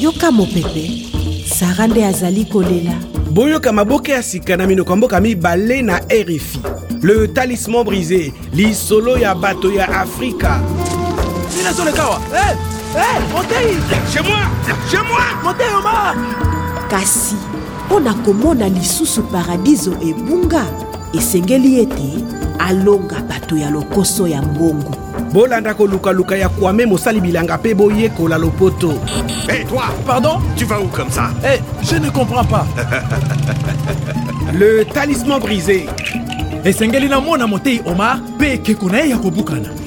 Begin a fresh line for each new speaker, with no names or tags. yoka mopepe sara nde azali kolela
boyoka maboke ya sika na minoko ya mboka mibale na rfi le talisman brisé lisolo ya bato ya afrika ntina azoleka wa Eh! Eh! motei
Chez moi Chez moi
motei oma
kasi mpo na komona lisusu paradiso ebunga esengeli ete alonga bato ya lokoso ya mbongo
bolanda kolukaluka ya kwame mosali bilanga mpe boyekola lopoto
Hé, Eh, toi
Pardon
Tu vas où comme ça
Eh, je ne comprends pas.
le talisman brisé
Eh, esengeli na mona motei omar mpe ekeko na ye ya kobukana